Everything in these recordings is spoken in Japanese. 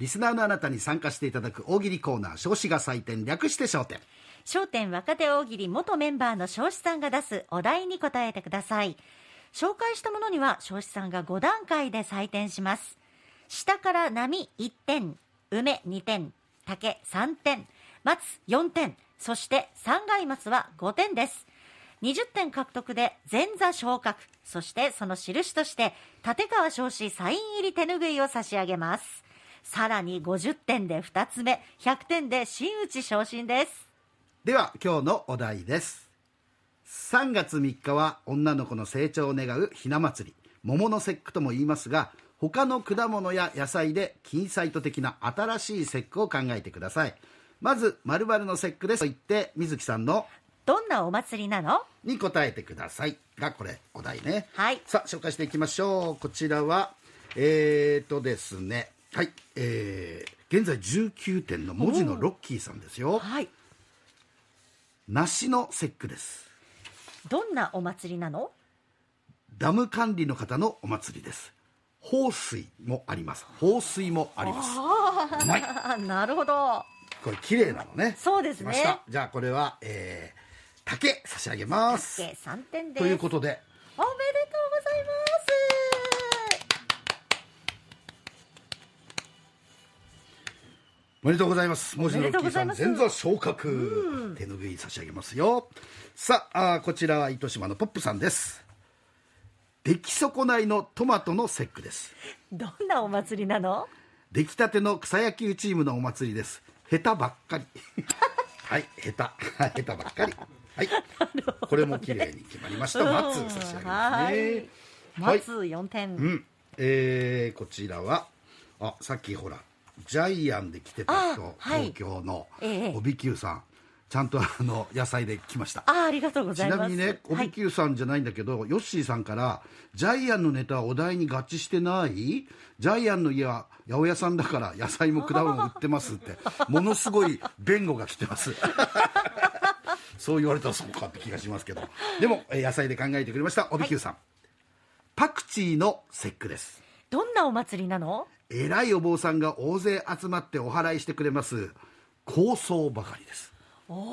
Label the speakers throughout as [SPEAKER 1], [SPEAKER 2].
[SPEAKER 1] リスナーのあなたに参加していただく大喜利コーナー、少子が採点、略して焦点。
[SPEAKER 2] 焦点若手大喜利元メンバーの彰子さんが出すお題に答えてください紹介したものには彰子さんが5段階で採点します下から波1点梅2点竹3点松4点そして三階松は5点です20点獲得で前座昇格そしてその印として立川昇子サイン入り手ぬぐいを差し上げますさらに50点で2つ目100点で真打ち昇進です
[SPEAKER 1] では、今日のお題です。3月3日は女の子の成長を願うひな祭り、桃の節句とも言いますが、他の果物や野菜で金サイト的な新しい節句を考えてください。まず、〇〇の節句ですと言って、水木さんの
[SPEAKER 2] どんなお祭りなの
[SPEAKER 1] に答えてくださいがこれお題ね
[SPEAKER 2] はい
[SPEAKER 1] さあ紹介していきましょうこちらはえーとですねはいえー、現在19点の文字のロッキーさんですよ
[SPEAKER 2] はい
[SPEAKER 1] 梨の節句です
[SPEAKER 2] どんなお祭りなの
[SPEAKER 1] ダム管理の方のお祭りです放水もあります放水もありますうまい
[SPEAKER 2] あなるほど
[SPEAKER 1] これ綺麗なのね
[SPEAKER 2] そうですね
[SPEAKER 1] 来ましたじゃあこれはえー、竹差し上げます
[SPEAKER 2] 計3点です
[SPEAKER 1] ということで
[SPEAKER 2] おめでとうございます
[SPEAKER 1] おめでとうございます。文字のロッキーさん、
[SPEAKER 2] おめでと
[SPEAKER 1] 全
[SPEAKER 2] うござい
[SPEAKER 1] 座
[SPEAKER 2] ま
[SPEAKER 1] 昇格、手ぬぐい差し上げますよ。さあ、あーこちらは糸島のポップさんです。出来損ないのトマトの節句です。
[SPEAKER 2] どんなお祭りなの
[SPEAKER 1] 出来たての草野球チームのお祭りです。下手ばっ かり。はい、下手、下手ばっかり。 はい、これも綺麗に決まりました。松差し上げますね。はい
[SPEAKER 2] 松4点、
[SPEAKER 1] うん、えーこちらはあさっきほらジャイアンで来てた人
[SPEAKER 2] あ、はい
[SPEAKER 1] 東京の
[SPEAKER 2] ええ
[SPEAKER 1] 帯久さんちゃんとあの野菜で来ました
[SPEAKER 2] あありがとうござ
[SPEAKER 1] ち
[SPEAKER 2] います
[SPEAKER 1] なみにね
[SPEAKER 2] は
[SPEAKER 1] 帯
[SPEAKER 2] い、
[SPEAKER 1] 久さんじゃないんだけど、ヨッシーさんから「ジャイアンのネタはお題に合致してないジャイアンの家は八百屋さんだから野菜も果物も売ってます」ってものすごい弁護が来てます そう言われたらそうかって気がしますけどでもえー野菜で考えてくれました帯久さん、パクチーの節句です
[SPEAKER 2] どんなお祭りなの
[SPEAKER 1] えらいお坊さんが大勢集まってお祓いしてくれます高僧ばかりです
[SPEAKER 2] お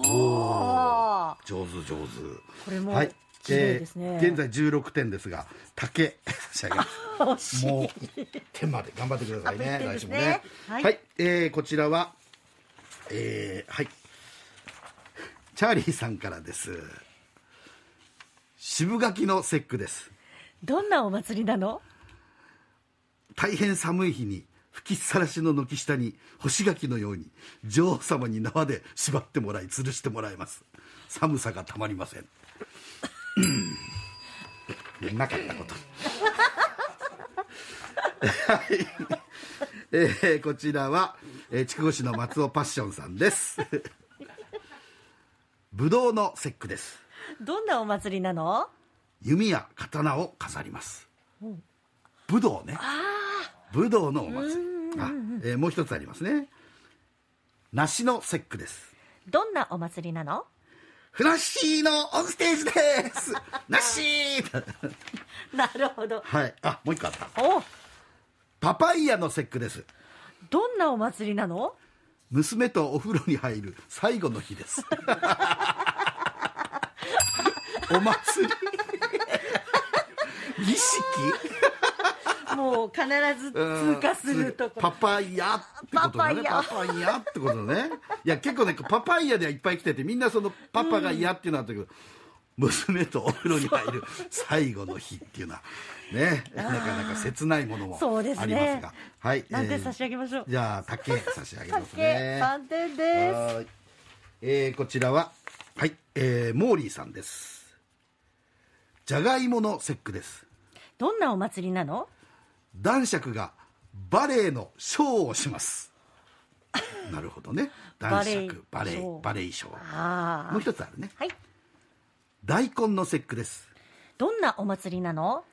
[SPEAKER 2] お
[SPEAKER 1] 上手上手
[SPEAKER 2] これも
[SPEAKER 1] はい
[SPEAKER 2] 綺麗ですね
[SPEAKER 1] えー現在16点ですが竹 差し上げますもう手まで頑張ってくださいね
[SPEAKER 2] あと
[SPEAKER 1] 来
[SPEAKER 2] 一点です
[SPEAKER 1] 週
[SPEAKER 2] ね
[SPEAKER 1] もねは、
[SPEAKER 2] はいい
[SPEAKER 1] えーこちらはえーはいチャーリーさんからです渋柿の節句です
[SPEAKER 2] どんなお祭りなの
[SPEAKER 1] 大変寒い日に吹きさらしの軒下に干し柿のように女王様に縄で縛ってもらい吊るしてもらいます寒さがたまりませんうんなかったことに はい、えーこちらは、えー、筑後市の松尾パッションさんです ぶどうの節句です
[SPEAKER 2] どんなお祭りなの
[SPEAKER 1] 弓や刀を飾ります武道ね武道のお祭りあ、えーもう一つありますね梨の節句です
[SPEAKER 2] どんなお祭りなの
[SPEAKER 1] フラッシーのオンステージですナッシー
[SPEAKER 2] なるほど
[SPEAKER 1] はいあもう一個あった
[SPEAKER 2] お
[SPEAKER 1] パパイヤの節句です
[SPEAKER 2] どんなお祭りなの
[SPEAKER 1] 娘とお風呂に入る最後の日ですお祭り儀式
[SPEAKER 2] もう必ず通過するとこ
[SPEAKER 1] パパイヤってことだねパ
[SPEAKER 2] パ
[SPEAKER 1] パイヤってことね いや結構ねパパイヤではいっぱい来ててみんなそのパパが嫌っていうのはあったけど、娘とお風呂に入る最後の日っていうのはねなかなか切ないものも
[SPEAKER 2] そうですね
[SPEAKER 1] ありますがはい
[SPEAKER 2] 何点差し上げましょう
[SPEAKER 1] じゃあ竹差し上げ
[SPEAKER 2] か
[SPEAKER 1] ます
[SPEAKER 2] け
[SPEAKER 1] ね
[SPEAKER 2] 三点です
[SPEAKER 1] はーいえーこちらははい、えーモーリーさんですじゃがいもの節句です
[SPEAKER 2] どんなお祭りなの
[SPEAKER 1] 男爵がバレエのショーをしますなるほどね男爵バ
[SPEAKER 2] バ
[SPEAKER 1] レ
[SPEAKER 2] レエ
[SPEAKER 1] エ
[SPEAKER 2] ショー
[SPEAKER 1] バレエショー
[SPEAKER 2] あ
[SPEAKER 1] もう一つあるね
[SPEAKER 2] はい
[SPEAKER 1] 大根の節句です
[SPEAKER 2] どんなお祭りなの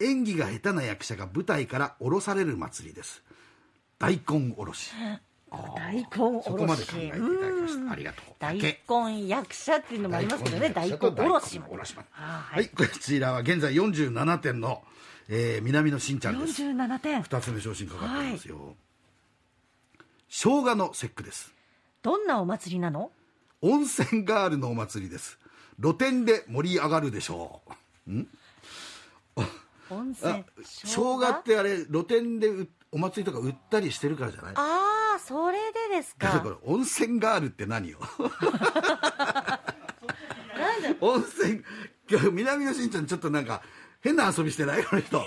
[SPEAKER 1] 演技が下手な役者が舞台から降ろされる祭りです大根おろし
[SPEAKER 2] 大根おろし
[SPEAKER 1] そこまで考えていただきましたありがとう
[SPEAKER 2] 大
[SPEAKER 1] 竹
[SPEAKER 2] 根役者っていうのもありますけどね大根おろしも
[SPEAKER 1] おろしまで
[SPEAKER 2] あー
[SPEAKER 1] はい、こちらは現在47点の、えー南のしんちゃんです
[SPEAKER 2] 47点
[SPEAKER 1] 2つ目昇進かかってますよ、生姜の節句です
[SPEAKER 2] どんなお祭りなの
[SPEAKER 1] 温泉ガールのお祭りです露店で盛り上がるでしょう
[SPEAKER 2] 温泉
[SPEAKER 1] あ生姜ってあれ露店でうお祭りとか売ったりしてるからじゃない
[SPEAKER 2] ああそれでです
[SPEAKER 1] だ
[SPEAKER 2] か
[SPEAKER 1] から温泉ガールって何よ温泉南のしんちゃんちょっとなんか変な遊びしてないこの人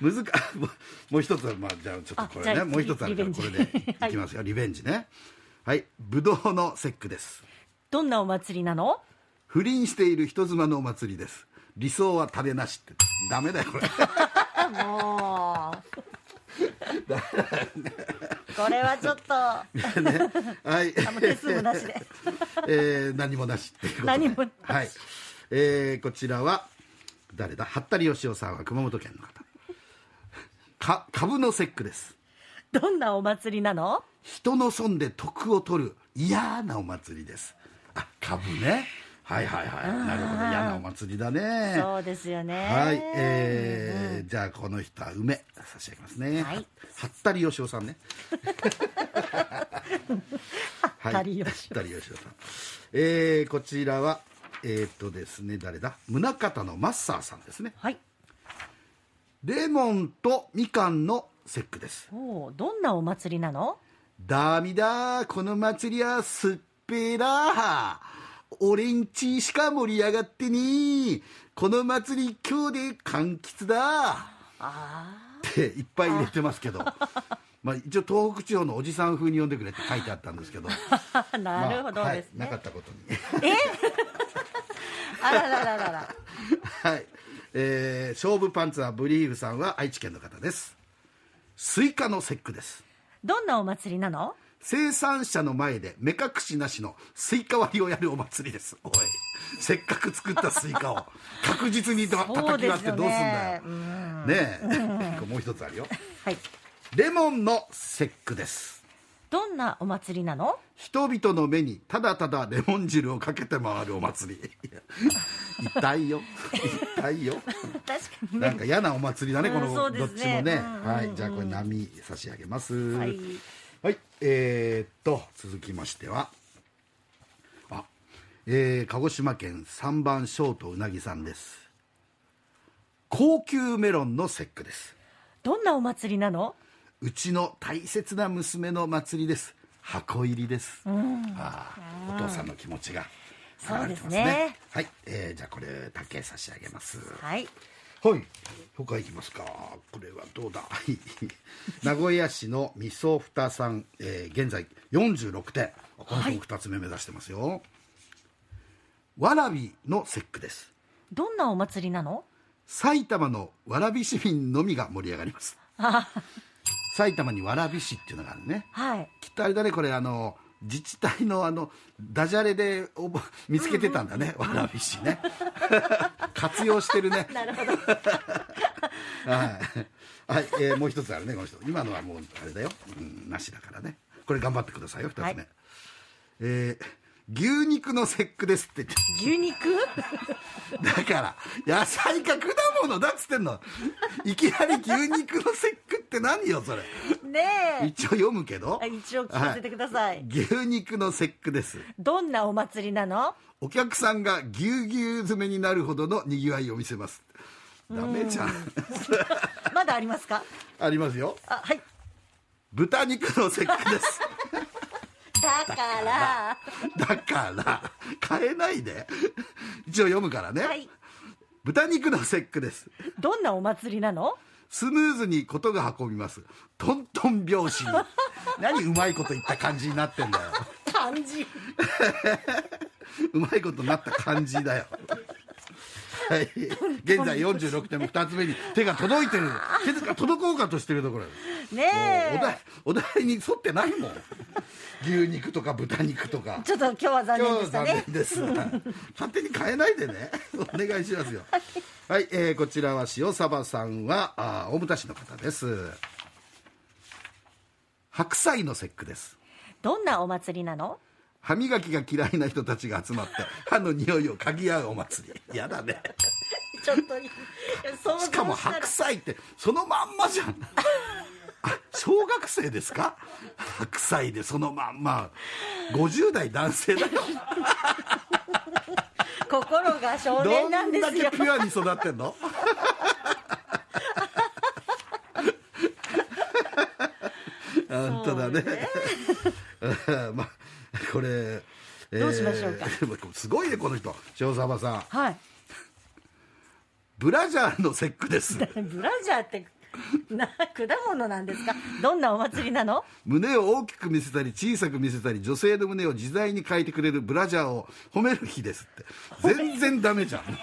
[SPEAKER 1] む難かもうもう一つまあじゃあちょっとこれ
[SPEAKER 2] あ
[SPEAKER 1] ね
[SPEAKER 2] じゃあ
[SPEAKER 1] もう一つあるから
[SPEAKER 2] リ
[SPEAKER 1] これ
[SPEAKER 2] ベンジ
[SPEAKER 1] でいきますよ、リベンジねはいぶどうの節句です
[SPEAKER 2] どんなお祭りなの
[SPEAKER 1] 不倫している人妻のお祭りです理想は種なしってダメだよ これ
[SPEAKER 2] も うこれはちょっと
[SPEAKER 1] ね、はい。
[SPEAKER 2] 手数もなしで
[SPEAKER 1] えー何もなしっていうことで
[SPEAKER 2] 何もなし
[SPEAKER 1] はい。えーこちらは、誰だ服部義雄さんは熊本県の方。か、株の節句です。
[SPEAKER 2] どんなお祭りなの
[SPEAKER 1] 人の損で得を取る嫌なお祭りです。あ、株ね。はいはいはい。なるほど。嫌なお祭りだね。
[SPEAKER 2] そうですよね
[SPEAKER 1] はい、えーじゃあこの人は梅差し上げますね。
[SPEAKER 2] はい
[SPEAKER 1] はったりよしおさんね。は
[SPEAKER 2] はったりよしお
[SPEAKER 1] はったりよしおさん。えーこちらはえーっとですね誰だ？宗方のマッサーさんですね。
[SPEAKER 2] はい
[SPEAKER 1] レモンとみかんの節句です。
[SPEAKER 2] おーどんなお祭りなの
[SPEAKER 1] ダミだこの祭りはすっぺら俺んちしか盛り上がってねえこの祭り今日で柑橘だ
[SPEAKER 2] あ
[SPEAKER 1] っていっぱい入れてますけどまあ一応東北地方のおじさん風に読んでくれって書いてあったんです けど
[SPEAKER 2] あなるほど
[SPEAKER 1] まあ
[SPEAKER 2] です
[SPEAKER 1] はい、な
[SPEAKER 2] ね、
[SPEAKER 1] かったことに
[SPEAKER 2] あららららら
[SPEAKER 1] はい、えー勝負パンツはブリーフさんは愛知県の方ですスイカの節句です
[SPEAKER 2] どんなお祭りなの
[SPEAKER 1] 生産者の前で目隠しなしのスイカ割りをやるお祭りですおい せっかく作ったスイカを確実にた
[SPEAKER 2] そ
[SPEAKER 1] 叩
[SPEAKER 2] う
[SPEAKER 1] き
[SPEAKER 2] で
[SPEAKER 1] 割っ
[SPEAKER 2] す
[SPEAKER 1] てど
[SPEAKER 2] よ
[SPEAKER 1] うすんだ
[SPEAKER 2] ね
[SPEAKER 1] よ
[SPEAKER 2] うん
[SPEAKER 1] ねえもう一つ あるよ
[SPEAKER 2] はい
[SPEAKER 1] レモンの節句です
[SPEAKER 2] どんなお祭りなの
[SPEAKER 1] 人々の目にただただレモン汁をかけて回るお祭り痛いよ痛いよ
[SPEAKER 2] 確かに
[SPEAKER 1] なんか嫌なお祭りだね、
[SPEAKER 2] うん
[SPEAKER 1] こ
[SPEAKER 2] そ
[SPEAKER 1] の
[SPEAKER 2] う
[SPEAKER 1] ど
[SPEAKER 2] で
[SPEAKER 1] っ
[SPEAKER 2] す
[SPEAKER 1] ちもね、
[SPEAKER 2] ねうんうん
[SPEAKER 1] はいじゃあこれ波差し上げますは
[SPEAKER 2] はい
[SPEAKER 1] はいえー、っと続きましてはあえー、鹿児島県3番ショートうなぎさんです高級メロンの節句です
[SPEAKER 2] どんなお祭りなの
[SPEAKER 1] うちの大切な娘の祭りです箱入りです、ああお父さんの気持ちが
[SPEAKER 2] そう
[SPEAKER 1] 表れ
[SPEAKER 2] で
[SPEAKER 1] て
[SPEAKER 2] す
[SPEAKER 1] ま
[SPEAKER 2] ね
[SPEAKER 1] はい、えーじゃあこれ竹差し上げます
[SPEAKER 2] はい
[SPEAKER 1] はい他いきますかこれはどうだはい名古屋市のみそふたさん、えー現在46点この人も2つ目目指してますよ、わらびの節句です
[SPEAKER 2] どんなお祭りなの
[SPEAKER 1] 埼玉の蕨市民のみが盛り上がります埼玉に蕨市っていうのがあるね
[SPEAKER 2] はい
[SPEAKER 1] きっとあれだねこれあの自治体のあのダジャレでおぼ見つけてたんだね、わらびしね活用してるねなるほどはい、はいえーもう一つあるねこの人今のはもうあれだよ、うん、なしだからねこれ頑張ってくださいよ二つ目、
[SPEAKER 2] はい
[SPEAKER 1] えー牛肉の節句ですって
[SPEAKER 2] 牛肉
[SPEAKER 1] だから野菜か果物だっつってんのいきなり牛肉の節句って何よそれ
[SPEAKER 2] ねえ
[SPEAKER 1] 一応読むけど
[SPEAKER 2] あ 一応聞かせてください
[SPEAKER 1] 牛肉の節句です
[SPEAKER 2] どんなお祭りなの
[SPEAKER 1] お客さんがぎゅうぎゅう詰めになるほどのにぎわいを見せますダメじゃん
[SPEAKER 2] まだありますか
[SPEAKER 1] ありますよ
[SPEAKER 2] あはい
[SPEAKER 1] 豚肉の節句です
[SPEAKER 2] だから
[SPEAKER 1] だから変えないで一応読むからね、
[SPEAKER 2] はい
[SPEAKER 1] 豚肉の節句です
[SPEAKER 2] どんなお祭りなの
[SPEAKER 1] スムーズにことが運びますトントン拍 子に何うまいこと言った感じになってんだよ
[SPEAKER 2] 漢字
[SPEAKER 1] うまいことなった感じ だよ。はい、現在46点も2つ目に手が届いてる手が届こうかとしてるところもう
[SPEAKER 2] ね
[SPEAKER 1] お題
[SPEAKER 2] え
[SPEAKER 1] お題に沿ってないもん牛肉とか豚肉とか
[SPEAKER 2] ちょっと今日は残念でしたね
[SPEAKER 1] 今日は残念です 勝手に変えないでね お願いしますよはい、えーこちらは塩サバさんはあー大牟田市の方です白菜の節句です
[SPEAKER 2] どんなお祭りなの
[SPEAKER 1] 歯磨きが嫌いな人たちが集 まって歯の匂いを嗅ぎ合うお祭りやだね
[SPEAKER 2] ちょっと想像
[SPEAKER 1] しかも白菜ってそのまんまじゃんあ学生ですか白菜でそのまんま50代男性だよ
[SPEAKER 2] 心が少
[SPEAKER 1] ど
[SPEAKER 2] 年
[SPEAKER 1] ん
[SPEAKER 2] なんで
[SPEAKER 1] だ
[SPEAKER 2] す
[SPEAKER 1] け
[SPEAKER 2] よ
[SPEAKER 1] ピュアに育ってん の本当だね まあこれ
[SPEAKER 2] どうしましょうか
[SPEAKER 1] えーすごいねこの人塩沢さん
[SPEAKER 2] はい
[SPEAKER 1] ブラジャーの節句です
[SPEAKER 2] ブラジャーってな果物なんですかどんなお祭りなの
[SPEAKER 1] 胸を大きく見せたり小さく見せたり女性の胸を自在に変えてくれるブラジャーを褒める日ですって全然ダメ じゃん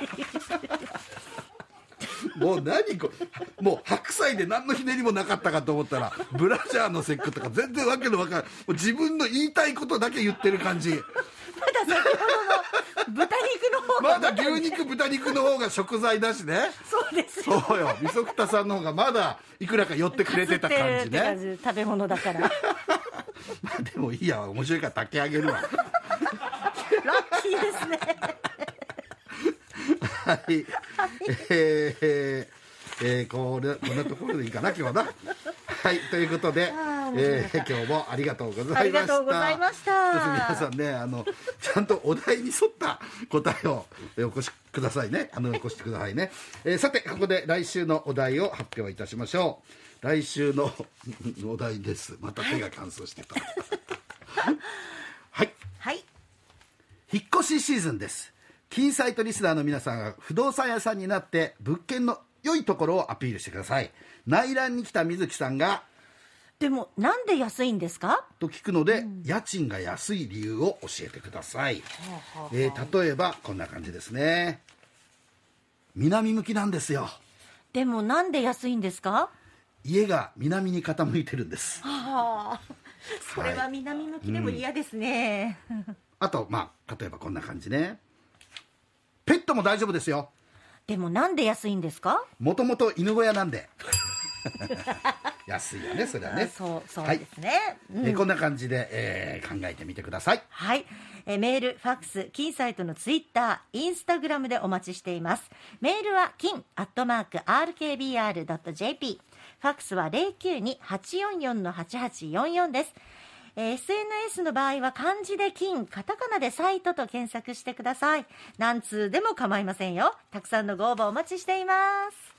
[SPEAKER 1] もう何これもう白菜で何のひねりもなかったかと思ったらブラジャーの節句とか全然わけのわからんもう自分の言いたいことだけ言ってる感じ
[SPEAKER 2] まだ先ほどの豚肉の方
[SPEAKER 1] ま
[SPEAKER 2] が
[SPEAKER 1] だ牛肉豚肉の方が食材だしね
[SPEAKER 2] そうですよ
[SPEAKER 1] そうよ味噌たさんの方がまだいくらか寄ってくれてた感
[SPEAKER 2] 吸っ
[SPEAKER 1] じ
[SPEAKER 2] てるって
[SPEAKER 1] ね
[SPEAKER 2] 感じ食べ物だからラッ
[SPEAKER 1] まあでもいいや面白いから炊き上げるわ
[SPEAKER 2] キーですね
[SPEAKER 1] はい。えーえーえーこれこんなところでいいかな今日はな。はいということで、えー今日もありがとうございました。
[SPEAKER 2] ありがとうございました
[SPEAKER 1] そて皆さんねあのちゃんとお題に沿った答えをえーお越しくださいね。あのお越しくださいね。えーさてここで来週のお題を発表いたしましょう。来週の お題です。また手が乾燥してた。はい。
[SPEAKER 2] はい
[SPEAKER 1] 引っ越しシーズンです金サイトリスナーの皆さんが不動産屋さんになって物件の良いところをアピールしてください内覧に来た水木さんが
[SPEAKER 2] でもなんで安いんですか
[SPEAKER 1] と聞くので、家賃が安い理由を教えてください、えー例えばこんな感じですね南向きなんですよ
[SPEAKER 2] でもなんで安いんですか
[SPEAKER 1] 家が南に傾いてるんです
[SPEAKER 2] はあそれは南向きでも嫌ですね、
[SPEAKER 1] あとまあ例えばこんな感じねペットも大丈夫ですよ
[SPEAKER 2] でもなんで安いんですか
[SPEAKER 1] もともと犬小屋なんで 安いよねそれはね
[SPEAKER 2] そうそう
[SPEAKER 1] はい
[SPEAKER 2] ですね、うん
[SPEAKER 1] えーこんな感じで、えー考えてみてください
[SPEAKER 2] はい、えーメール、ファックス、金サイトのツイッター、インスタグラムでお待ちしています。メールは金アットマーク rkbr.jp、ファックスは零九二八四四の八八四四です。えー SNS の場合は漢字で金、カタカナでサイトと検索してください。何通でも構いませんよ。たくさんのご応募お待ちしています。